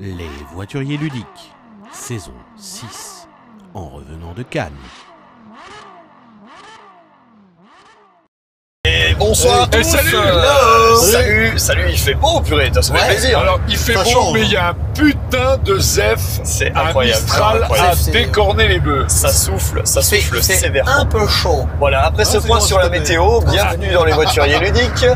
Les voituriers ludiques, saison 6, en revenant de Cannes. Et bonsoir Et tous. salut. Euh, Salut Salut, il fait beau, purée, ça fait Ouais. plaisir Alors, il fait Ça beau, change. mais il y a un putain de Zef. C'est Un incroyable, Mistral incroyable. à C'est- décorner les bœufs. Ça souffle, ça C'est- souffle c'est sévère. un peu chaud. Voilà, après ce c'est point bon, sur je la connais. météo, bienvenue dans les voituriers ludiques,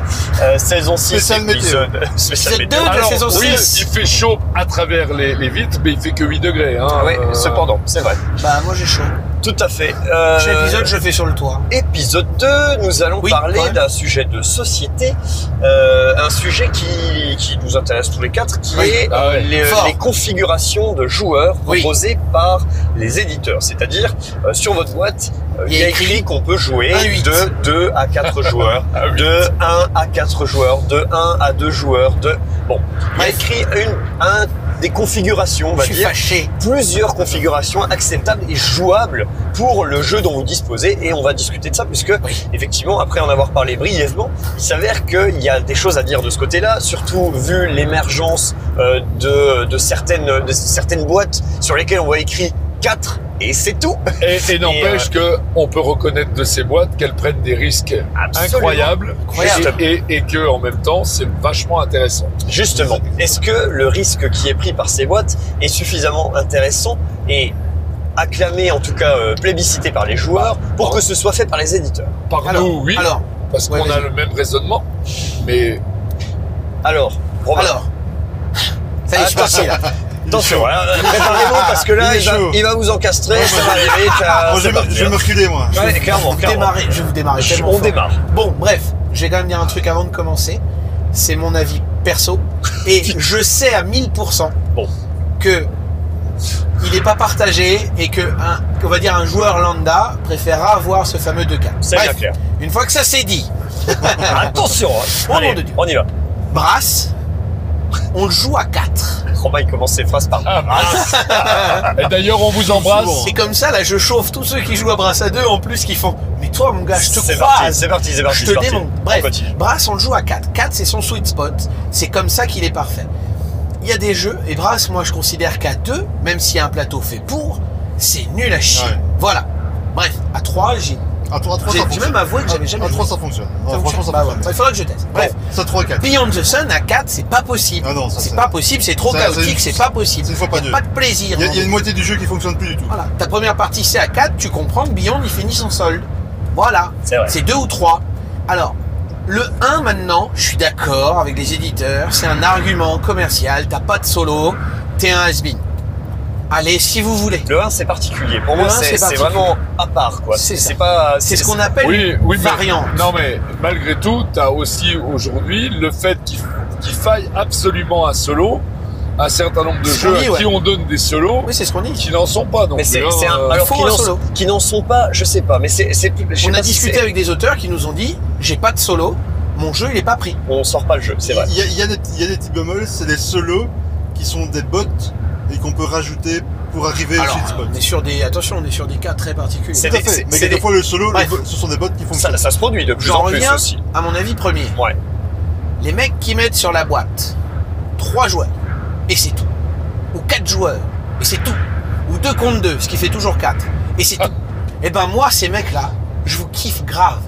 euh, saison 6, Spécial météo. épisode spécial Épisode météo. deux de la Alors, saison oui, six. il fait chaud à travers les, les vitres, mais il fait que 8 degrés. Hein, Ah oui, Euh, cependant, c'est vrai. Bah moi j'ai chaud. Tout à fait. Euh, Chaque épisode je le fais sur le toit. épisode 2, nous allons Oui, parler ouais. d'un sujet de société, euh, un sujet qui, qui nous intéresse tous les quatre, qui Oui. est Ah ouais. les, Fort. les configurations de joueurs Oui. proposées par les éditeurs. C'est-à-dire, euh, sur votre boîte, euh, il y a écrit qu'on peut jouer un huit. de 2 à 4 joueurs, Ah oui. de 1 à 4 joueurs, de 1 à 2 joueurs, de... Bon, il y a Ouais. écrit une, un, des configurations, on va je suis dire, fâché. plusieurs configurations acceptables et jouables pour le jeu dont vous disposez et on va discuter de ça puisque effectivement après en avoir parlé brièvement il s'avère qu'il y a des choses à dire de ce côté là surtout vu l'émergence euh, de, de certaines de certaines boîtes sur lesquelles on voit écrit 4 et c'est tout Et, et n'empêche euh, que on peut reconnaître de ces boîtes qu'elles prennent des risques Absolument. incroyables Incroyable. et, et, et que en même temps c'est vachement intéressant. justement est-ce que le risque qui est pris par ces boîtes est suffisamment intéressant et acclamé en tout cas euh, plébiscité par les joueurs pour que ce soit fait par les éditeurs Par Alors, nous, oui, Alors, parce ouais, qu'on a vas-y. le même raisonnement, mais alors Robin. alors. Ça y est, je suis Attention. parti là. Attention, hein, préparez-vous parce que là, Il est il va, chaud. il va vous encastrer, Ouais, ça moi, va je- arriver. ça- Moi, c'est je vais me- parti, je vais hein. Oh, me reculer moi. Ouais, clairement, Je vais vous clairement. démarrer, je vais vous démarrer. Je- tellement On fort. démarre. Bon, bref, je vais quand même dire un truc avant de commencer. C'est mon avis perso. Et je sais à 1000% Bon. que il n'est pas partagé et que un, on va dire un joueur lambda préférera avoir ce fameux 2K. C'est bien Bref, clair. une fois que ça c'est dit, Attention, hein. Au Allez, nom de Dieu. on y va. Brasse, on le joue à 4. Romain, il commence ses phrases par. Ah, mince. et d'ailleurs on vous embrasse. Et comme ça, là, je chauffe tous ceux qui jouent à Brasse à 2 en plus qui font Mais toi, mon gars, bah, je te C'est parti, croise. c'est parti, c'est parti. Je c'est te parti. démonte. On Bref, continue. Brass, on le joue à 4. 4, c'est son sweet spot. C'est comme ça qu'il est parfait. Il y a des jeux, et Brass, moi, je considère qu'à 2, même s'il y a un plateau fait pour, c'est nul à chier. Ouais. Voilà. Bref, à 3, j'ai À 3, à 3 J'ai- ça j'ai fonctionne. Ah même avoué que j'avais jamais À joué. 3 ça fonctionne. Ouais, Ça franchement fonctionne. ça Bah, fonctionne. ouais. Il faudra que je teste. Bref, Ça 3 4. Beyond the Sun à 4, c'est pas possible. Ah non, ça, c'est c'est- pas possible, c'est trop ça, chaotique, c'est- c'est pas possible. c'est une fois pas Y a deux. pas de plaisir. Il y, a- dans il y a le une moitié du jeu qui fonctionne plus du tout. Voilà, ta première partie c'est à 4, tu comprends que Beyond il finit son solde. Voilà, C'est vrai. c'est 2 ou 3. Alors, le 1 maintenant, je suis d'accord avec les éditeurs, c'est un argument commercial, t'as pas de solo, t'es un has Allez, si vous voulez. Le 1, c'est particulier. Pour Le moi, un, c'est c'est c'est particulier. vraiment à part, quoi. C'est ça. C'est pas. C'est ce qu'on appelle Oui, oui, mais- variante. non, mais malgré tout, tu as aussi aujourd'hui le fait qu'il qu'il faille absolument un solo, un certain nombre de C'est ce qu'on jeux dit, à qui ouais. on donne des solos Oui, c'est ce qu'on dit. qui n'en sont pas. Donc, hein, euh, Mais c'est c'est un. Il Alors, faut qui un n'en- solo. qui n'en sont pas, je sais pas, mais c'est. c'est- je sais On a pas si discuté c'est- avec des auteurs qui nous ont dit, j'ai pas de solo, mon jeu il est pas pris. On sort pas le jeu, c'est vrai. Il y a, il y a des petits- il y a des petits bumbles, c'est des solos qui sont des bots et qu'on peut rajouter pour arriver Alors, au sweet spot. on est sur des, attention, on est sur des cas très particuliers. C'est Tout à des- fait. Mais c'est des- quelquefois le solo, le Bref. bo- ce sont des bots qui fonctionnent. Ça, ça se produit de plus J'en en plus reviens aussi. à mon avis premier. Ouais. Les mecs qui mettent sur la boîte trois joueurs, et c'est tout. Ou quatre joueurs, et c'est tout. Ou deux contre deux, ce qui fait toujours quatre, et c'est Ah. tout. Et ben moi, ces mecs-là, je vous kiffe grave.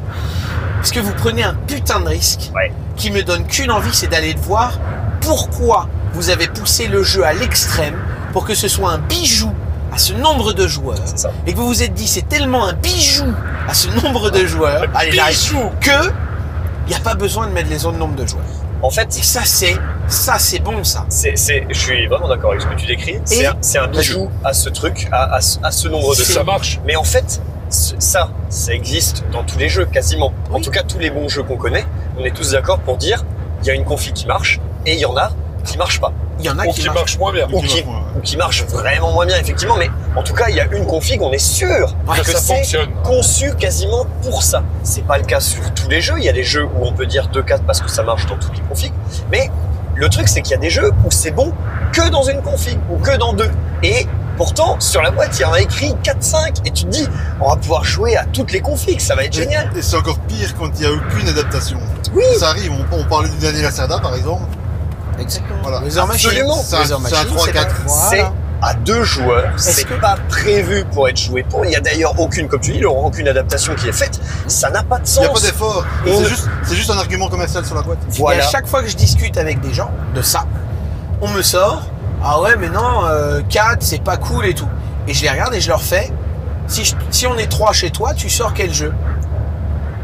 Parce que vous prenez un putain de risque Ouais. qui me donne qu'une envie, c'est d'aller voir pourquoi vous avez poussé le jeu à l'extrême pour que ce soit un bijou à ce nombre de joueurs. C'est ça. Et que vous vous êtes dit, c'est tellement un bijou à ce nombre de joueurs. Allez, j'arrive Pichou. que il n'y a pas besoin de mettre les autres nombres de joueurs. En fait, Et ça, c'est ça, c'est bon, ça. C'est, c'est, je suis vraiment d'accord avec ce que tu décris. C'est un, c'est un bijou à ce truc, à, à, ce- à ce nombre de C'est- ça sommes. marche. Mais en fait, ce- ça, ça existe dans tous les jeux, quasiment. En Oui. tout cas, tous les bons jeux qu'on connaît, on est tous d'accord pour dire, il y a une config qui marche et il y en a qui marche pas. Il y en a Ou qui qui marchent. marche moins bien. Ou qui qui, marche moins, ou qui marche vraiment moins bien, effectivement. Mais en tout cas, il y a une config, on est sûr Ouais, Que que ça c'est fonctionne. conçu quasiment pour ça. C'est pas le cas sur tous les jeux. Il y a des jeux où on peut dire 2-4 parce que ça marche dans toutes les configs. Mais le truc, c'est qu'il y a des jeux où c'est bon que dans une config ou que dans deux. Et pourtant, sur la boîte, il y en a écrit 4-5. Et tu te dis, on va pouvoir jouer à toutes les configs. Ça va être génial. Et c'est encore pire quand il n'y a aucune adaptation. Oui. Ça arrive, on, on parlait du dernier Lacerda par exemple. Exactement. Voilà. Les heures machines. Absolument. Les heures C'est un- machines, c'est un 3-4. pas- C'est Voilà. à deux joueurs, c'est que- bah, pas prévu pour être joué pour. Il y a d'ailleurs aucune, comme tu dis, Laurent, aucune adaptation qui est faite. Ça n'a pas de Il sens. n'y a pas d'effort. Et on- C'est juste, c'est juste un argument commercial sur la boîte. Et à Voilà. chaque fois que je discute avec des gens de ça, on me sort Ah ouais, mais non, euh, 4, c'est pas cool et tout. Et je les regarde et je leur fais Si, je- si on est 3 chez toi, tu sors quel jeu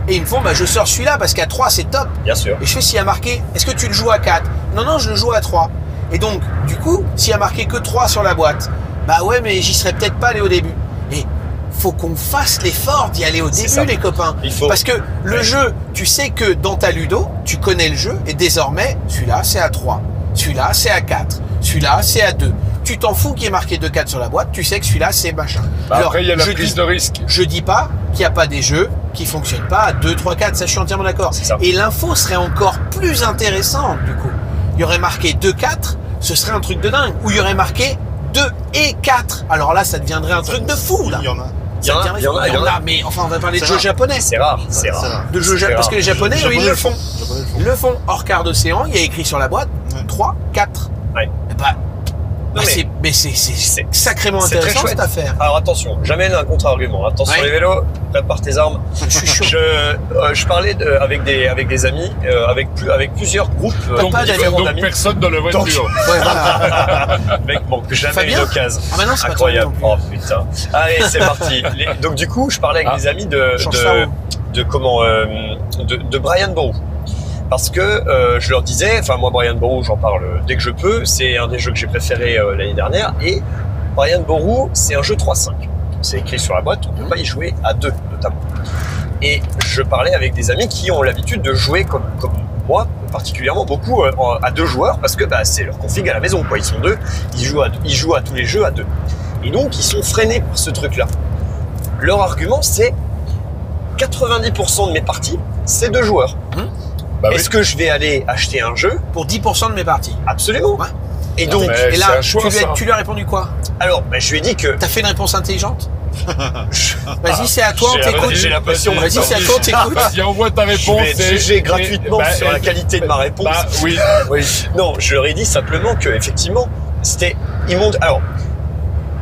Et ils me font Bah, je sors celui-là parce qu'à 3, c'est top. Bien sûr. Et je fais S'il y a marqué, est-ce que tu le joues à 4 Non, non, je le joue à 3. Et donc, du coup, s'il y a marqué que 3 sur la boîte, bah ouais, mais j'y serais peut-être pas allé au début. Et faut qu'on fasse l'effort d'y aller au C'est ça. début, les copains. Il faut. Parce que le jeu, tu sais que dans ta Ludo, tu connais le jeu et désormais, celui-là c'est à 3, celui-là c'est à 4, celui-là c'est à 2. Tu t'en fous qu'il y ait marqué 2-4 sur la boîte, tu sais que celui-là c'est machin. Bah, après, il y a la je prise dis, de risque. je dis pas qu'il n'y a pas des jeux qui fonctionnent pas à 2, 3, 4, ça je suis entièrement d'accord. C'est ça. Et l'info serait encore plus intéressante du coup. Il y aurait marqué 2, 4, ce serait un truc de dingue. Ou il y aurait marqué 2 et 4. Alors là, ça deviendrait un truc de fou là. Il y en a. Il y en a, Ça devient- il y en a, il y en a. mais enfin on va parler de C'est jeux rare. japonais C'est rare, c'est rare. rare. de jeux C'est japonais, parce rare. que les japonais, eux, Japonais ils le font. Japonais le font. Ils le font. Hors quart d'océan, il y a écrit sur la boîte Ouais. 3, 4. Ouais. Bah, bah, mais- c'est- mais c'est c'est c'est- sacrément c'est très intéressant chouette. cette affaire. Alors attention, jamais un contre-argument. Hein. Attention Ouais. les vélos, prépare tes armes. Je suis chaud. Je, euh, je parlais de- avec des avec des amis, euh, avec plus avec plusieurs groupes euh, pas d'amis. différents donc d'amis. personne dans la voiture. Ouais, voilà. Mec manque jamais Fabien une occasion. Ah, bah non, c'est pas trop Incroyable. non plus. Oh putain. Allez, c'est parti. Les- donc du coup, je parlais avec Ah. des amis de Change ça, hein. de, ouais. de comment euh, de, de Brian Boru. Parce que euh, je leur disais, enfin moi Brian Boru, j'en parle dès que je peux. C'est un des jeux que j'ai préféré euh, l'année dernière. Et Brian Boru, c'est un jeu 3-5. C'est écrit sur la boîte. On Mhm. peut pas y jouer à deux notamment. Et je parlais avec des amis qui ont l'habitude de jouer comme comme moi particulièrement beaucoup euh, en- à deux joueurs parce que bah, c'est leur config à la maison quoi ils sont deux ils jouent à, ils jouent à tous les jeux à deux et donc, ils sont freinés par ce truc-là. Leur argument, c'est 90% de mes parties, c'est deux joueurs. Bah oui. Est-ce que je vais aller acheter un jeu Pour 10% de mes parties. Absolument. Ouais. Et donc, Mais et c'est là, un choix, tu, lui as, ça. tu lui as répondu quoi alors, bah, je lui ai dit que T'as fait une réponse intelligente Vas-y, c'est à toi, on j'ai la- t'écoute. j'ai l'impression Vas-y, Bah, maintenant c'est à que toi, on t'écoute. Vas-y, envoie ta je réponse. vais être et- jugé et- gratuitement bah, sur la et- qualité de ma réponse. Bah oui. Oui. Non, je leur ai dit simplement que effectivement, c'était immonde. Alors,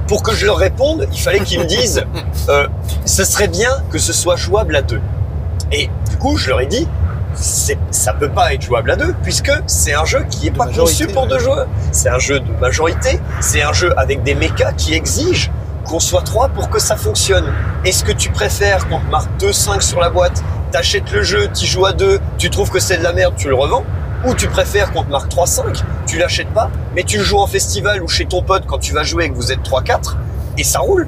pour que je leur réponde, il fallait qu'ils me disent, euh, ce serait bien que ce soit jouable à deux. Et du coup, je leur ai dit, c'est- ça peut pas être jouable à deux puisque c'est un jeu qui est pas majorité, conçu pour ouais. deux joueurs. C'est un jeu de majorité. C'est un jeu avec des mechas qui exigent qu'on soit trois pour que ça fonctionne. Est-ce que tu préfères qu'on te marque 2-5 sur la boîte, t'achètes le jeu, t'y joues à deux, tu trouves que c'est de la merde, tu le revends ou tu préfères qu'on te marque 3-5, tu l'achètes pas, mais tu le joues en festival ou chez ton pote quand tu vas jouer et que vous êtes 3-4, et ça roule.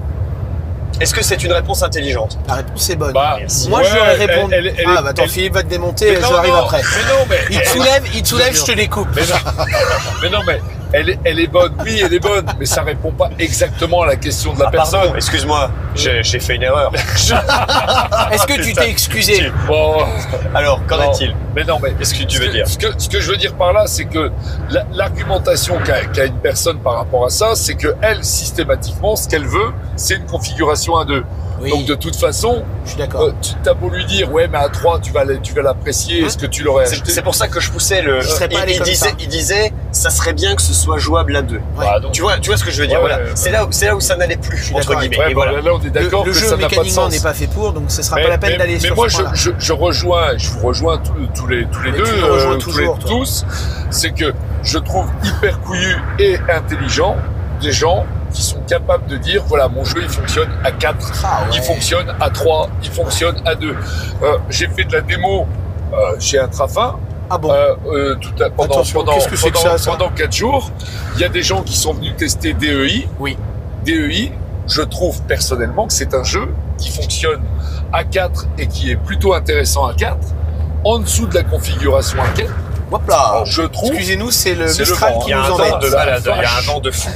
Est-ce que c'est une réponse intelligente La réponse est bonne. Bah, Merci. Moi, je ouais, lui aurais répondu. elle- elle- elle- Ah, bah attends, elle- Philippe va te démonter, Mais je non, arrive non, après. Mais non, mais. Il te soulève, il te soulève, je te découpe. Mais non, mais, non, mais elle, est- elle est bonne. Oui, elle est bonne, mais ça répond pas exactement à la question de la Ah, personne. pardon, excuse-moi, j'ai j'ai fait une erreur. Est-ce que tu Putain. t'es excusé Bon, Alors, qu'en Non. est-il mais non, mais Qu'est-ce que tu ce veux que- dire ce que, ce que je veux dire par là, c'est que la- l'argumentation qu'a qu'a une personne par rapport à ça, c'est que elle, systématiquement, ce qu'elle veut, c'est une configuration à deux. Donc Oui, de toute façon, je suis d'accord. euh, tu t'as beau lui dire, ouais, mais à trois, tu vas, la- tu vas l'apprécier, est-ce que tu l'aurais C'est acheté c'est pour ça que je poussais le. Je serais pas il- allé il, comme disait, ça. il disait, ça serait bien que ce soit jouable à deux. Bah, donc, Tu vois, tu vois ce que je veux dire Ouais, Voilà, ouais, c'est là, où- c'est là où ça n'allait plus entre d'accord avec guillemets. Ouais, et bah, voilà. Là, on est Le, d'accord le que jeu ça n'a pas de mécaniquement sens. n'est pas fait pour, donc ce sera mais, pas la peine mais- d'aller mais sur moi, ce je, point-là. je, je rejoins, je vous rejoins tous, tous les, tous les Mais deux, euh, tu me rejoins tous les- toujours, toi. tous. C'est que je trouve hyper couillu et intelligent des gens qui sont capables de dire, voilà, mon jeu, il fonctionne à 4 Ah ouais. il fonctionne à 3, il fonctionne à 2. Euh, j'ai fait de la démo euh, chez Intrafin Ah bon euh, euh, tout à- pendant, Attention, pendant, qu'est-ce que c'est que ça, pendant- ça pendant 4 jours. Il y a des gens qui sont venus tester E DEI. Oui. DEI, E je trouve personnellement que c'est un jeu qui fonctionne à 4 et qui est plutôt intéressant à 4. En dessous de la configuration à 4, Hop là je trouve. Excusez-nous, c'est le C'est Ah. le Mistral vent. qui Il y a nous un vent embête. de Ça malade, bah, il y a un vache. vent de fou.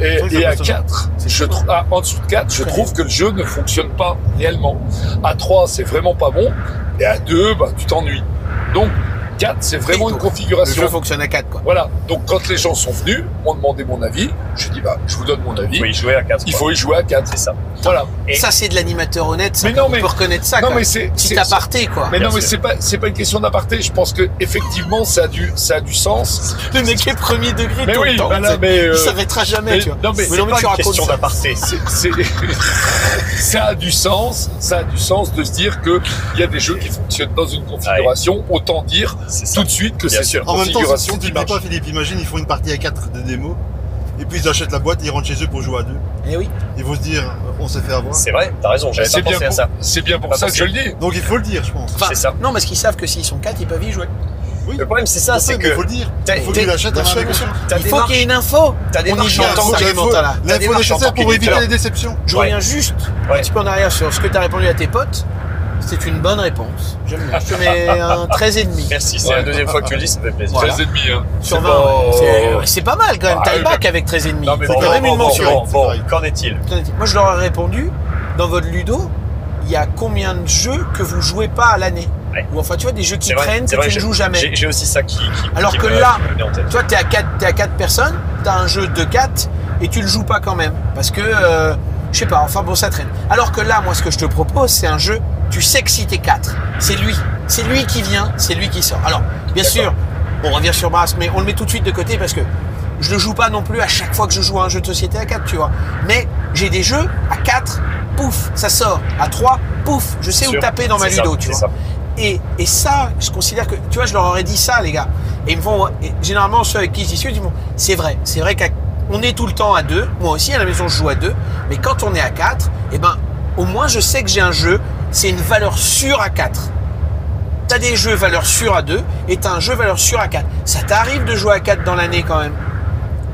Et, et- Oui, et à c'est ça. 4, je trouve, ah, en dessous de 4, je trouve que le jeu ne fonctionne pas réellement. À 3, c'est vraiment pas bon. Et à 2, bah, tu t'ennuies. Donc, 4, c'est vraiment Oui, une donc, Le configuration. jeu fonctionne à 4, quoi. Voilà. Donc quand les gens sont venus, m'ont demandé mon avis, je dis bah je vous donne mon avis. Il faut y jouer à 4. Il faut y jouer à 4. C'est ça. Voilà. Et- Ça, c'est de l'animateur honnête, ça. Mais non, on mais- peut reconnaître ça, Non quand mais même. c'est Petit c'est- aparté, quoi. Mais Bien non mais sûr. c'est pas c'est pas une question d'aparté. Je pense que effectivement ça a du ça a du sens. Le mec est premier degré Mais tout oui. le temps. voilà, tu sais. mais euh, Il s'arrêtera jamais, mais- tu vois. non, mais C'est non, pas tu une racontes question ça. d'aparté. c'est c'est- ça a du sens. Ça a du sens de se dire que il y a des jeux qui fonctionnent dans une configuration. Autant dire C'est ça. tout de suite que Bien c'est sûr. une En même temps, si configuration tu qui le dis marche. pas, Philippe, imagine, ils font une partie à 4 de démo, et puis ils achètent la boîte, ils rentrent chez eux pour jouer à deux. Eh oui. Ils vont se dire, euh, on s'est fait avoir. C'est vrai, t'as raison, j'avais C'est pas bien pensé à pour- ça. c'est bien pour Pas ça que pensé. je le dis. Donc il faut le dire, je pense. Enfin, C'est ça. Non, parce qu'ils savent que s'ils sont 4, ils peuvent y jouer. Le problème, c'est ça, Enfin, c'est mais faut que le dire. t'as- Il faut t'es- qu'ils l'achètent bien en sûr, avec bien sûr. t'as Il des faut marches- qu'il y ait une info. t'as des On y marches vient en à tant fond, que- j'arrive. expérimental, là. T'as des L'info marches nécessaire pour éviter les déceptions. Je Ouais. reviens juste Ouais. un petit peu en arrière sur ce que tu as répondu à tes potes. C'est une bonne réponse. J'aime bien. Je te mets un 13,5 Merci, c'est la Ouais. deuxième fois que tu le dis, ça me fait plaisir. Voilà. Très ennemi, hein. sur C'est 20. pas- ouais. C'est- euh, C'est pas mal quand même. Ah, T'as oui, le bac avec 13,5. Non, mais C'est bon, quand même bon, une bon, mention. Bon, c'est bon, pareil. qu'en est-il Moi, je leur ai répondu, dans votre Ludo, il y a combien de jeux que vous jouez pas à l'année Ouais. Ou enfin, tu vois, des jeux qui C'est vrai, traînent, c'est que vrai, tu ne j'ai- joues jamais. J'ai j'ai aussi ça qui. qui- Alors qui que me- là- me met en tête. Toi, t'es à 4, t'es à quatre personnes, t'as un jeu de 4 et tu le joues pas quand même. Parce que, euh, je sais pas, enfin bon, ça traîne. Alors que là, moi, ce que je te propose, c'est un jeu, tu sais que si t'es 4, c'est lui. C'est lui qui vient, c'est lui qui sort. Alors, bien D'accord. sûr, on revient sur Brass, mais on le met tout de suite de côté parce que je le joue pas non plus à chaque fois que je joue à un jeu de société à 4, tu vois. Mais j'ai des jeux à 4, pouf, ça sort. À 3, pouf, je sais où Sûr, taper dans ma c'est ça, ludo, tu c'est vois. ça. Et, et ça, je considère que, tu vois, je leur aurais dit ça, les gars. Et ils me font, et généralement, ceux avec qui je discute, ils me font, c'est vrai, c'est vrai qu'on est tout le temps à deux. Moi aussi, à la maison, je joue à deux. Mais quand on est à quatre, eh ben, au moins, je sais que j'ai un jeu, c'est une valeur sûre à quatre. T'as des jeux valeur sûre à deux et t'as un jeu valeur sûre à quatre. Ça t'arrive de jouer à quatre dans l'année quand même.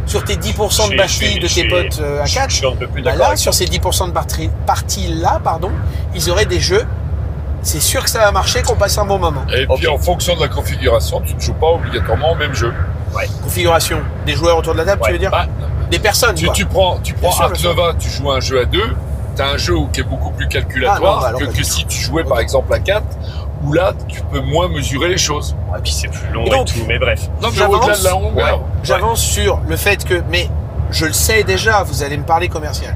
Sur tes 10% de Je suis- bâtilles de je tes suis- potes euh, à Je 4, je suis un peu plus bah d'accord. là, avec sur ces 10% de parti- parties-là, pardon, ils auraient des jeux. C'est sûr que ça va marcher, qu'on passe un bon moment. Et Ok. puis en fonction de la configuration, tu ne joues pas obligatoirement au même jeu. Configuration des joueurs autour de la table, Ouais, tu veux dire Bah, Des personnes, tu, quoi. tu prends, tu prends sûr, Arc bien Nova, tu joues à un jeu à deux, tu as un jeu qui est beaucoup plus calculatoire Ah, non, bah alors, que, pas que du si tu jouais par Ok. exemple à 4, où là tu peux moins mesurer les choses. Et Ah, puis c'est plus long Et et, donc- tout, mais bref. Non, mais J'avance. au-delà de la longueur. J'avance sur le fait que, mais je le sais déjà, vous allez me parler commercial.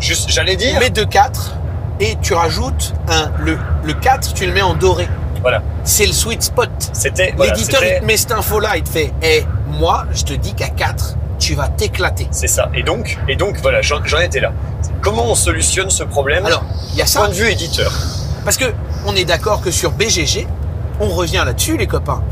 Juste, j'allais dire. Mais de 4 et tu rajoutes un le, le 4, tu le mets en doré. Voilà. C'est le sweet spot. C'était. voilà, L'éditeur, c'était- il te met cette info-là, il te fait, hé, moi, je te dis qu'à 4, tu vas t'éclater. C'est ça. Et donc, et donc voilà, j'en j'en étais là. Comment on solutionne ce problème Alors, il y a ça. Point de vue éditeur. Parce que on est d'accord que sur BGG, on revient là-dessus, les copains.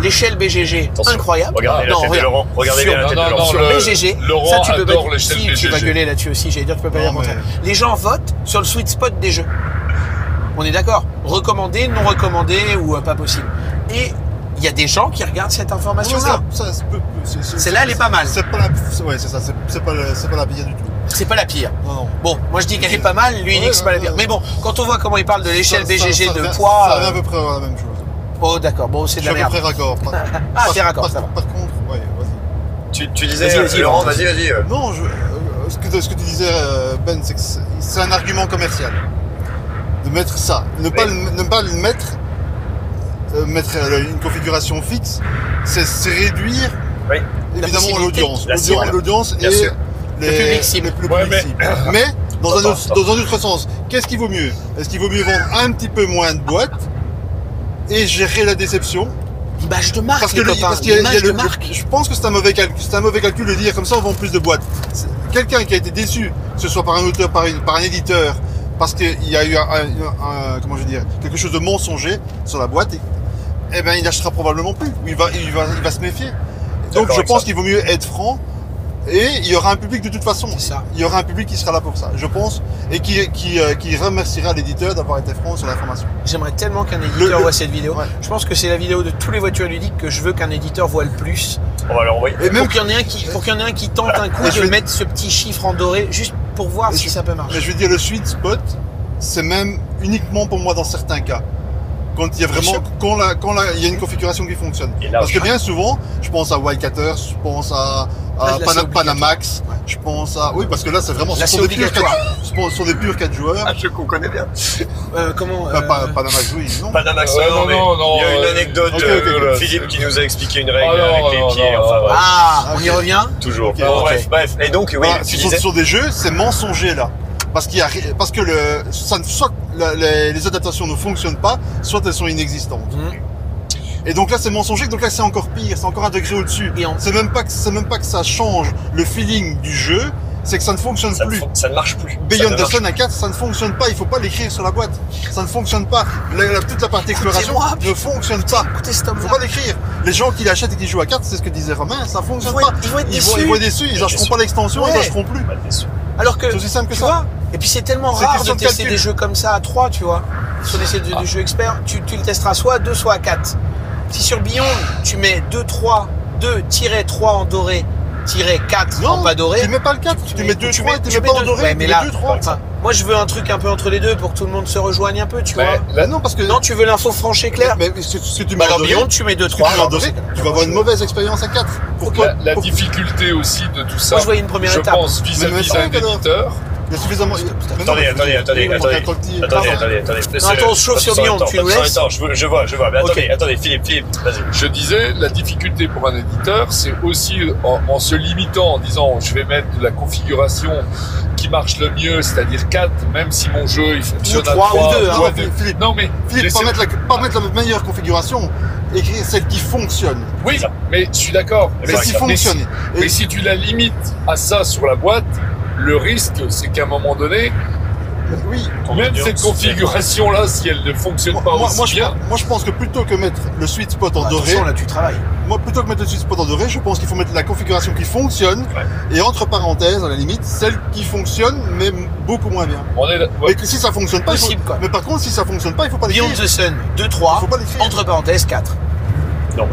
L'échelle BGG, Attention. incroyable. Ah, Regardez la Non, tête de regarde. Laurent. Regardez Sur- bien la non, tête non, de Laurent. non, Sur le- BGG, Laurent ça tu peux adore pas. l'échelle Si, tu BGG. vas gueuler là-dessus aussi. J'allais dire, tu peux pas Non, dire le contraire. Les gens votent sur le sweet spot des jeux. On est d'accord. Recommandé, non recommandé ou euh, pas possible. Et il y a des gens qui regardent cette Ouais, information-là. ça- ça, c'est peu- peu- c'est- c'est- Celle-là, elle est pas mal. C'est pas la, c'est- ouais, c'est ça, c'est c'est pas, la- c'est pas la pire du tout. C'est pas la pire. Non, non. Bon, moi je dis qu'elle est pas mal. Lui, il dit que c'est pas la pire. Mais bon, quand on voit comment il parle de l'échelle Ça- ça- BGG ça de revient- poids. Ça revient euh, à peu près à la même chose. Oh, d'accord. Bon, c'est Je de suis la à peu merde. près raccord. Par- Ah, par- t'es raccord, par- ça va. Par contre, ouais, vas-y. Tu, tu disais, Vas-y, vas-y, Laurent, Laurent. vas-y, vas-y. euh, Non, je, euh, ce, que, ce que tu disais, euh, Ben, c'est que c'est c'est un argument commercial. De mettre ça. Ne pas, le, ne pas le mettre, euh, mettre euh, une configuration fixe, c'est c'est réduire Oui. évidemment La l'audience. La L'audience- cible. L'audience et Bien sûr. les- Le public cible. les- le Ouais, public mais- cible. Mais dans, un Attends, autre, dans un autre sens, qu'est-ce qu'il vaut mieux Est-ce qu'il vaut mieux vendre un petit peu moins de boîtes et gérer la déception L'image de marque, parce que les le- copains. parce qu'il y a- il y a L'image le- de marque. je pense que c'est un mauvais calcul, c'est un mauvais calcul de dire comme ça on vend plus de boîtes. C'est- Quelqu'un qui a été déçu, que ce soit par un auteur, par, une- par un éditeur, parce qu'il y a eu un, un- un- comment je veux dire, quelque chose de mensonger sur la boîte, et, eh ben il n'achètera probablement plus. ou Il va, il va, il va se méfier. Donc je avec pense ça. qu'il vaut mieux être franc. Et il y aura un public de toute façon. C'est ça. Il y aura un public qui sera là pour ça, je pense, et qui, qui, euh, qui remerciera l'éditeur d'avoir été franc sur l'information. J'aimerais tellement qu'un éditeur le- voit cette vidéo. Ouais. Je pense que c'est la vidéo de tous les voitures ludiques que je veux qu'un éditeur voit le plus. On va leur envoyer. Et même Pour qu'il y en ait un qui, pour qu'il y en ait un qui tente un coup Et de je vais- mettre ce petit chiffre en doré juste pour voir Et si je- ça peut Mais marcher. je veux dire, le sweet spot, c'est même uniquement pour moi dans certains cas. Quand il y a vraiment, Bien quand la, quand la- il y a une configuration qui fonctionne. Et là, Parce que ouais. bien souvent, je pense à Wildcatters, je pense à, à là, c'est Pana- obligatoire. Panamax, je pense à... Oui, parce que là, c'est vraiment... Là, ce c'est sont des purs obligatoire. quatre- ce sont- ce sont des purs 4 joueurs. Un jeu qu'on connaît bien. Euh, comment Pas- euh, Bah, pas- Panamax, oui, non. Panamax, Ouais, Euh, non, Ah, non, mais non, non, il y a une euh, anecdote, ok, ok, euh, voilà. Philippe qui nous a expliqué une règle Ah, non, avec non, les pieds, non, enfin non. bref, Ah, Ah, on y ok. revient toujours. Ok, Bon, ok. Bref, bref. Et donc, oui, Ah, tu ce, sont, disais, ce sont des jeux, c'est mensonger là. Parce qu'il y a ri- parce que le, ça ne soit la- les, les adaptations ne fonctionnent pas, soit elles sont inexistantes. Mhm. Et donc là c'est mensonger, donc là c'est encore pire, c'est encore un degré au-dessus. Et en- C'est même pas que c'est même pas que ça change le feeling du jeu, c'est que ça ne fonctionne ça, ne plus. fon- ça ne marche plus. Ça Beyond ne the marche Sun à 4, ça ne fonctionne pas, il faut pas l'écrire sur la boîte. Ça ne fonctionne pas. La- la- toute la partie exploration Écoutez-moi, ne fonctionne pas. Écoutez cet homme Il faut pas l'écrire. Les gens qui l'achètent et qui jouent à 4, c'est ce que disait Romain, ça Ils fonctionne vont pas. être, ils vont être Ils vont, déçus. ils vont être déçus, ils Ils lâcheront sont- pas l'extension, Ouais. ils lâcheront plus. plus. Pas déçu. Alors que, C'est aussi simple que tu ça. vois, et puis c'est tellement C'est rare de question de tester calcul. Ah. des jeux comme ça à 3, tu vois. Sur des sites de, de jeux experts, tu, tu le testeras soit à 2, soit à 4. Si sur Beyond, tu mets 2, 3, 2, 3 en doré, 4 en pas doré. Tu mets pas le 4, tu, mets 2 tu 3 et tu mets deux- pas en doré, ouais, tu mais mets là, 2 3. enfin, moi je veux un truc un peu entre les deux pour que tout le monde se rejoigne un peu, tu Mais vois. Là non parce que Non, tu veux l'info franche et claire. mais ce, ce que tu Bah, mets en alors doré, Beyond, tu mets 2, ce que 3. tu mets en doré, tu vas avoir une mauvaise expérience à 4. Pourquoi la, la difficulté aussi de tout ça, Moi je voyais une première je étape. pense Mais vis-à-vis mais d'un cinq, alors. éditeur, Il y a suffisamment Putain, putain, Mais non, Attendez, mais- attendez, attendez, mais- attendez. quand il- Attendez, pardon. attendez, attendez. attends, on se chauffe sur Lyon, Attends, tu nous attends, laisses Attends, je, veux- je vois, je vois. Mais Ok. attendez, attendez, Philippe, Philippe, vas-y. je disais, la difficulté pour un éditeur, c'est aussi en, en se limitant, en disant je vais mettre la configuration qui marche le mieux, c'est-à-dire 4, même si mon jeu il fonctionne Ou trois, à ou 3 deux, hein. Non, Philippe, Philippe, Non mais Philippe, pas laissez- mettre la pas mettre la meilleure configuration, écrire celle qui fonctionne, oui, mais je suis d'accord. celle qui Mais si- fonctionne. Et si tu la limites à ça sur la boîte, le risque, c'est qu'à un moment donné, Oui, même cette configuration-là, si elle ne fonctionne moi pas moi- aussi moi, je bien, moi, je pense que plutôt que mettre le sweet spot en doré, Attention, là tu travailles. Moi, plutôt que mettre le suspect en doré, je pense qu'il faut mettre la configuration qui fonctionne et entre parenthèses, à la limite, celle qui fonctionne mais m- beaucoup moins bien. on est là- ouais. Et que si ça fonctionne pas, il faut- Possible, quoi. mais par contre, si ça fonctionne pas, il faut pas l'écrire. Beyond the Sun, 2, 3, Faut pas l'écrire. entre parenthèses 4. Non,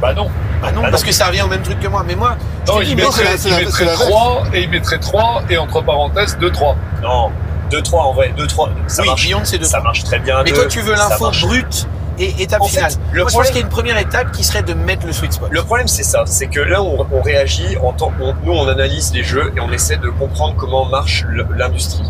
bah non. Ah non, Bah non. Oh, parce que ça revient au même truc que moi. Mais moi, je Non, te dis, il mais- c'est la- mettrait, c'est il la- mettrait c'est la ref. 3 et il mettrait 3 et entre parenthèses 2, 3. non. 2-3 en vrai, 2-3, ça oui, marche. Beyond c'est 2, Ça marche très bien. à Mais deux, toi, tu veux ça l'info marche. brute et étape En fait, finale. le Moi, je pense problème- qu'il y a une première étape qui serait de mettre le sweet spot. Le problème, c'est ça. C'est que là, on, on réagit en tant on- nous, on analyse les jeux et on essaie de comprendre comment marche le- l'industrie.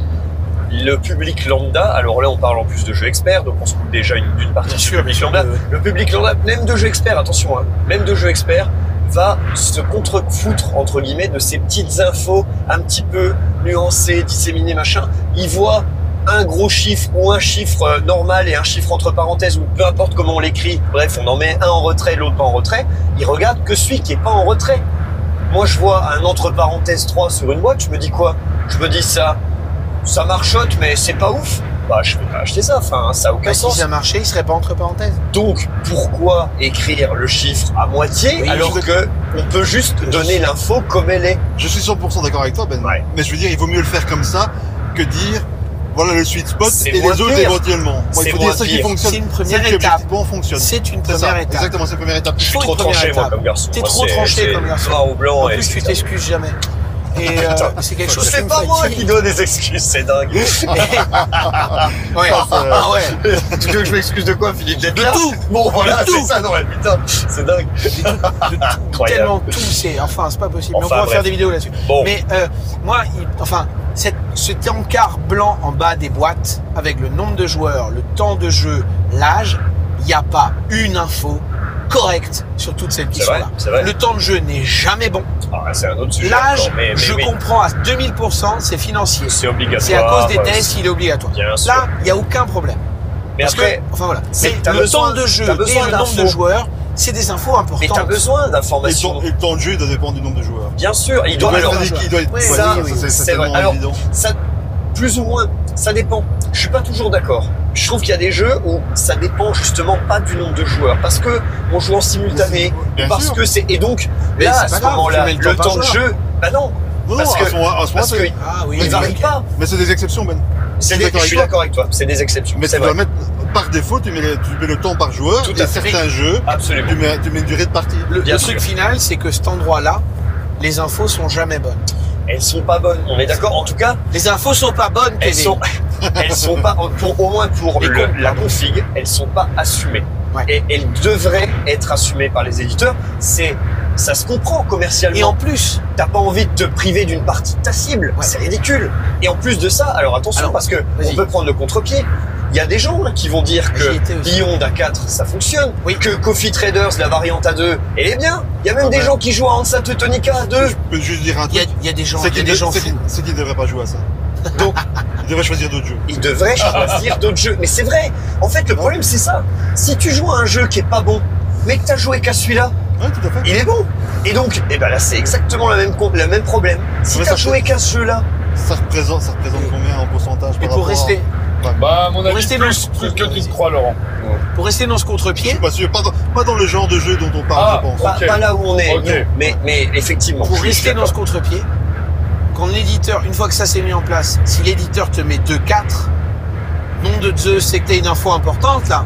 Le public lambda, alors là, on parle en plus de jeux experts, donc on se coupe déjà une- d'une partie Bien du sûr, public bien sûr, lambda. ouais, Le public lambda, même de jeux experts, attention, hein, même de jeux experts, va se contrefoutre, entre guillemets, de ces petites infos un petit peu nuancées, disséminées, machin. Il voit un gros chiffre ou un chiffre euh, normal et un chiffre entre parenthèses ou peu importe comment on l'écrit, bref, on en met un en retrait, l'autre pas en retrait, il regarde que celui qui est pas en retrait. Moi, je vois un entre parenthèses 3 sur une boîte, je me dis quoi Je me dis ça, ça marchote, mais c'est pas ouf. Bah, je vais pas acheter ça, enfin, ça a aucun Bah, si sens. ça marchait, il serait pas entre parenthèses. Donc, pourquoi écrire le chiffre à moitié Oui, alors je- que on peut juste donner l'info comme elle est Je suis 100% d'accord avec toi, Ben. Ouais. Mais je veux dire, il vaut mieux le faire comme ça que dire voilà le sweet spot C'est et les moins autres pire. éventuellement. Moi, C'est il faut moins dire celle qui pire. fonctionne, C'est une première celle qui étape. objectivement fonctionne. C'est une C'est première ça, étape. exactement, c'est la première étape. Je suis faut une trop première tranché, moi, étape. comme garçon. T'es Moi, trop c'est- tranché c'est comme garçon. Noir ou blanc. En et plus, c'est tu ça. t'excuses jamais. Et euh, Putain. c'est quelque chose C'est qui me pas moi fatigue. qui donne des excuses, c'est dingue. Ouais. Ah ouais. tu veux que je m'excuse de quoi, Philippe D'être De là tout. Bon, voilà, De tout. c'est ça, non, mais putain, c'est dingue. Incroyable. Tellement tout, c'est enfin, c'est pas possible. Mais on Enfin, pourra bref. faire des vidéos là-dessus. Bon, Mais euh, moi, il- enfin, cette, cet encart blanc en bas des boîtes, avec le nombre de joueurs, le temps de jeu, l'âge, il n'y a pas une info correcte sur toutes celles qui C'est sont vrai, là. c'est vrai. Le temps de jeu n'est jamais bon. ah, c'est un autre sujet. L'âge, encore, mais, mais je oui, comprends à 2000%, c'est financier. c'est obligatoire. C'est à cause des euh, tests, il est obligatoire. Bien sûr. Là, il n'y a aucun problème. mais Parce après, que, enfin voilà, mais c'est t'as le besoin- temps de jeu t'as et besoin le nombre de d'infos. joueurs, c'est des infos mais importantes. t'as Bah, besoin Et le temps- d'informations. et le temps de jeu, il doit dépendre du nombre de joueurs. Bien sûr, il Il doit doit alors, être équi- il doit être- Ouais, ça, ouais, ça, c'est- c'est c'est vrai. tellement Alors, évident. ça, plus ou moins, ça dépend. Je suis pas toujours d'accord. Je trouve qu'il y a des jeux où ça dépend justement pas du nombre de joueurs parce que on joue en simultané, Bien parce sûr. que c'est et donc Mais là c'est à pas ce grave, moment-là, tu mets le, le temps par temps de joueur. jeu, bah non, Non, non, parce à que- ce moment- à ce moment, parce que c'est- Ah oui, il varie pas. mais c'est des exceptions, Ben. C'est suis des- d'accord je avec suis toi. d'accord avec toi, c'est des exceptions. Mais c'est tu vrai. dois mettre par défaut, tu mets, le- tu mets le temps par joueur Tout à et fait. certains jeux, Absolument. tu mets, tu mets une durée de partie. Le, Bien le truc sûr. final, c'est que cet endroit-là, les infos sont jamais bonnes. Elles sont pas bonnes. On est d'accord. En tout cas, Les infos sont pas bonnes, elles Kevin. sont, elles sont pas, pour, au moins pour Les le- cons, la pardon. config, elles sont pas assumées. Ouais. Et elles devraient être assumées par les éditeurs. C'est ça se comprend Et en commercialement. plus, T'as pas envie de te priver d'une partie de ta cible, Ouais. c'est ridicule. Et en plus de ça, alors attention Alors, parce que on vas-y. peut prendre le contre-pied. Il y a des gens là, qui vont dire j'y que étais aussi. Beyond A4 ça fonctionne, Oui. que Coffee Traders la variante A2 elle est bien. Il y a même Ah des ben. gens qui jouent à Hansa Teutonica A2. Je peux juste dire un il y a, truc. il y a des gens, C'est il y a qu'ils des ne- gens c'est qu'ils- fous. c'est qu'ils ne devraient pas jouer à ça. Donc, ils devraient choisir d'autres jeux. Ils devraient choisir d'autres jeux. Mais c'est vrai. En fait, le problème c'est ça. Si tu joues à un jeu qui est pas bon, mais que t'as joué qu'à celui-là, Ouais, tout à fait. il est bon. Et donc, eh ben là, c'est exactement la même, com- la même problème. Si Ouais, t'as ça joué qu'à ce jeu-là, Ça représente, ça représente combien en pourcentage Et par pour rapport à- rester, Bah, à mon avis, restez plus, dans- plus que tu ne crois, Laurent. pour rester dans ce Je contre-pied, suis pas sûr. Pas dans, pas dans le genre de jeu dont on parle, Ah, je pense. bah, pas, Ok. pas là où on est. Ok. non. Mais, mais effectivement. pour je suis rester dans d'accord. ce contre-pied, quand l'éditeur, une fois que ça s'est mis en place, si l'éditeur te met 2-4, nom de Dieu, c'est que t'as une info importante là.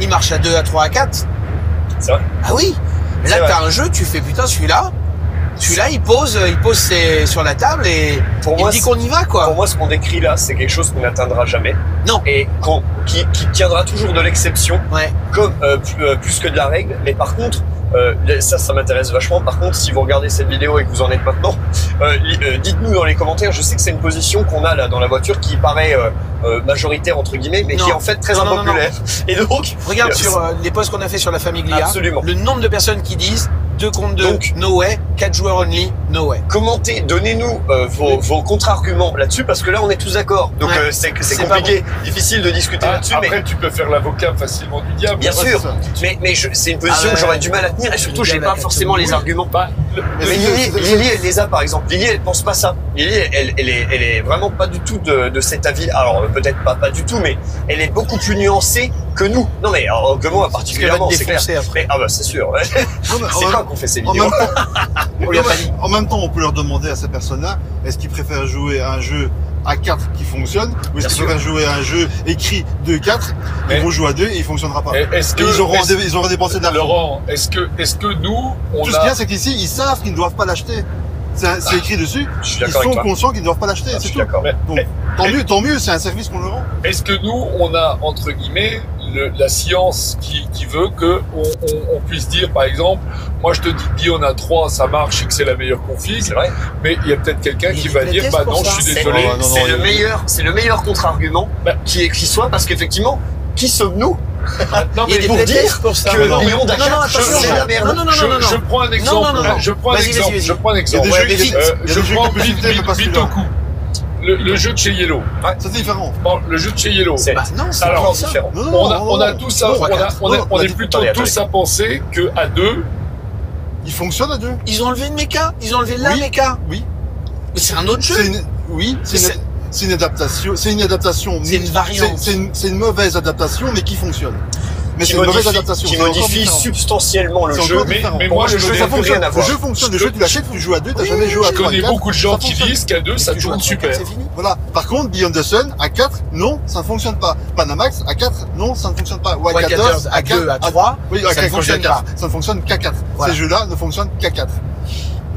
Il marche à 2, à 3, à 4. C'est vrai. Ah oui Mais C'est Là, vrai. t'as un jeu, tu fais putain, celui-là, celui-là, il pose, il pose ses- sur la table et Pour il moi, dit c'est- qu'on y va quoi. Pour moi, ce qu'on décrit là, c'est quelque chose qu'on n'atteindra jamais. Ah. Non. Et qu'on- qui, qui tiendra toujours de l'exception, Ouais. comme euh, plus, euh, plus que de la règle. Mais par contre, euh, ça, ça m'intéresse vachement. Par contre, si vous regardez cette vidéo et que vous en êtes maintenant, euh, li- euh, dites-nous dans les commentaires. Je sais que c'est une position qu'on a là dans la voiture qui paraît euh, euh, majoritaire entre guillemets, mais Non. qui est en fait très Non, non, non, impopulaire. Et donc, Regarde Yes. sur euh, les posts qu'on a fait sur la famille Glia, absolument. le nombre de personnes qui disent 2 contre 2, Donc- no way, 4 joueurs only, no way. Commentez, donnez-nous euh, vos, vos contre-arguments là-dessus parce que là, on est tous d'accord. Donc Ouais. euh, c'est c'est C'est pas compliqué, difficile de discuter Ah, là-dessus, mais après, tu peux faire l'avocat facilement du diable. Bien Ouais, sûr, c'est ça. mais, mais je- c'est une position Ah ouais. que j'aurais du mal à tenir et surtout Lily, j'ai elle pas a forcément quelques les arguments. Bah, le- Mais Mais c'est- Lily, c'est- Lily, elle les a par exemple. Lily, elle pense pas ça. Lily, elle, elle est, elle est vraiment pas du tout de, de cet avis. Alors euh, peut-être pas, pas du tout, mais elle est beaucoup plus nuancée que nous. Non mais alors, que moi Parce qu'elle va particulièrement, te c'est clair. défoncer après. Mais, ah bah c'est sûr. ouais. Non, Ah, mais en C'est même- pas qu'on fait ces en vidéos. même temps- On lui a pas dit. en même temps, on peut leur demander à ces personnes-là, est-ce qu'ils préfèrent jouer à un jeu à 4 qui fonctionne, ou Bien est-ce qu'ils sûr. préfèrent jouer à un jeu écrit 2-4, Mais- ils vont jouer à 2 et il fonctionnera pas. Et Est-ce que. ils auront, est-ce- dé- ils auront dépensé de l'argent. Laurent, est-ce que, est-ce que nous, on Tout ce a. qu'il y a, c'est qu'ici, ils savent qu'ils ne doivent pas l'acheter. C'est un- Ah. c'est écrit dessus, Je suis ils d'accord avec sont toi. conscients qu'ils ne doivent pas l'acheter, Ah, Je c'est suis tout. d'accord. Mais- Donc, tant mieux, tant mieux, c'est un service qu'on leur rend. Est-ce que nous, on a, entre guillemets, le- la science qui, qui veut que on, on- on puisse dire, par exemple, moi je te dis Bion a 3, ça marche et que c'est la meilleure C'est config, vrai. mais il y a peut-être quelqu'un Il y a qui des va dire, playtests bah pour non, ça. je suis C'est désolé. non, non, c'est le il- meilleur, c'est le meilleur contre-argument Bah. qui est qui soit parce qu'effectivement, qui sommes-nous Non, Il y a mais des pour playtests dire pour ça. que non, Lyon non, non, Dakar, attention, c'est la non, merde. non, non, non, je, non, non. je prends un exemple. non, non. Je prends un Vas-y, exemple. vas-y, vas-y. Je prends un Il y a exemple. des ouais, jeux mais qui vite. Euh, il y a je des jeux prends que tu fais, mais pas celui-là. Bitoku. Le, le jeu de chez Yellow. Ça, c'est différent. Bon, le jeu de chez Yellow. C'est Bah non, c'est Alors, pas ça. différent. Non, non, On a, non, on a non. tous à, on Non, a- on est- non, on est dit- plutôt attendez, tous à penser que à deux, Ils fonctionnent à deux. Ils ont enlevé le méca, ils ont enlevé la Oui, méca. oui. Mais c'est un autre C'est jeu. une- oui, c'est C'est- une, c'est une adaptation. C'est une adaptation. C'est une variante. C'est- C'est une, c'est une mauvaise adaptation, mais qui fonctionne. Mais qui c'est une mauvaise modifie, adaptation. qui c'est encore modifie différent. substantiellement le C'est jeu. encore mais- différent. mais Pour moi, le je jeu, n'ai ça rien fonctionne. à Le voir. jeu fonctionne. Le Je- jeu, tu l'achètes, tu joues à deux, t'as jamais joué à je trois. connais à quatre, beaucoup de ça gens qui fonctionne. disent qu'à deux, ça Tu joues à tourne trois, super. quatre, c'est fini. Voilà. Par contre, Beyond the Sun, à 4, non, ça ne fonctionne pas. Panamax, à 4, non, ça ne fonctionne pas. Ou à Wild 14, à 2, 4, à 3. Oui, ça à ne 4, fonctionne à 4, Ça ne fonctionne qu'à 4. Voilà. Ces jeux-là ne fonctionnent qu'à 4.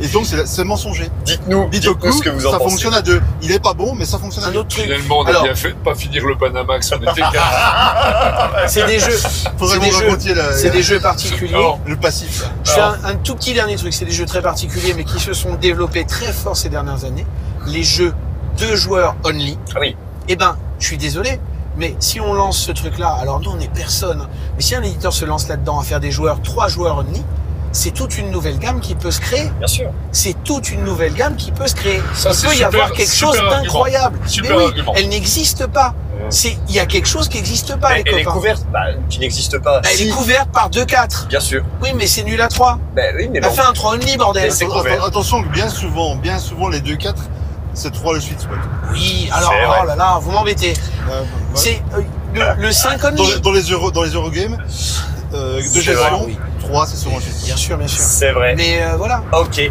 Et donc, c'est c'est mensonger. Dites-nous, dites-nous Bitoku, ce que vous en ça pensez. fonctionne à deux. Il est pas bon, mais ça fonctionne à Un deux. autre truc. Finalement, on a Alors- bien fait de pas finir le Panamax. On était qu'à- C'est des jeux, Faudrait c'est que des vous jeux- racontiez la- c'est des jeux particuliers. Alors, le passif. Je fais un, un tout petit dernier truc. C'est des jeux très particuliers, mais qui se sont développés très fort ces dernières années. Les jeux deux joueurs only. Ah oui. Eh ben, je suis désolé. Mais si on lance ce truc-là, alors nous on est personne. Mais si un éditeur se lance là-dedans à faire des joueurs trois joueurs only, c'est toute une nouvelle gamme qui peut se créer. Bien sûr. c'est toute une nouvelle gamme qui peut se créer. Ça, Il c'est peut y super- avoir quelque super chose argument. d'incroyable. Super Mais oui, argument. elle n'existe pas. C'est, il y a quelque chose qui n'existe pas, Mais les elle est copains. couverte, bah, qui n'existe pas. Elle Si, est couverte par 2-4. Bien sûr. Oui, mais c'est nul à 3. Ben oui, mais Elle bon. fait un 3 only, Mais bordel. c'est Atten- couvert. Attention, que bien souvent, bien souvent, les 2-4, c'est 3 le sweet spot. Euh, Oui, alors, C'est vrai. oh là là, vous m'embêtez. Ouais, ouais. C'est, euh, le, le 5 dans, only. les- dans les euro, dans les Eurogames, euh, de C'est gestion, vrai, oui. 3 c'est souvent le sweet Bien spot. sûr, bien sûr. C'est vrai. Mais euh, voilà. Ok.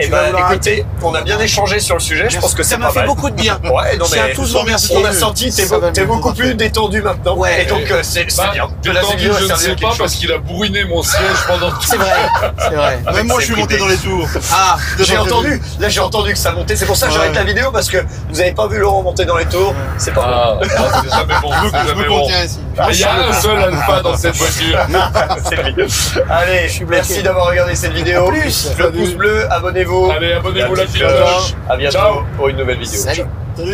Eh Tu vas ben, vouloir écoutez, on a bien échangé sur le sujet. Je Merci. pense que ça c'est m'a pas fait mal. beaucoup de bien. Ouais, non C'est un mais tous on, remercier. a senti, t'es, Ça va t'es mieux, beaucoup parfait. plus détendu maintenant. Ouais. Et donc euh, c'est, c'est Bah, bien. De la détendu, vidéo a je ne servi à sais quelque pas parce chose. qu'il a bourriné mon siège pendant tout. C'est vrai. Ah, bah, C'est vrai. Même moi, ses je suis monté privés. dans les tours. Ah, J'ai Devant le entendu. Là, j'ai entendu que ça montait. C'est pour ça que j'arrête Ouais. la vidéo parce que vous avez pas vu Laurent monter dans les tours. C'est pas bon. Ah, ah, c'est jamais bon. Je me, c'est je me jamais bon. contiens ici. Ah, Il y a un seul alpha dans cette voiture. C'est lui. Allez, merci d'avoir regardé cette vidéo. À plus. Le pouce bleu, abonnez-vous. Allez, abonnez-vous la petite cloche. À bientôt Ciao. pour une nouvelle vidéo. Salut. Salut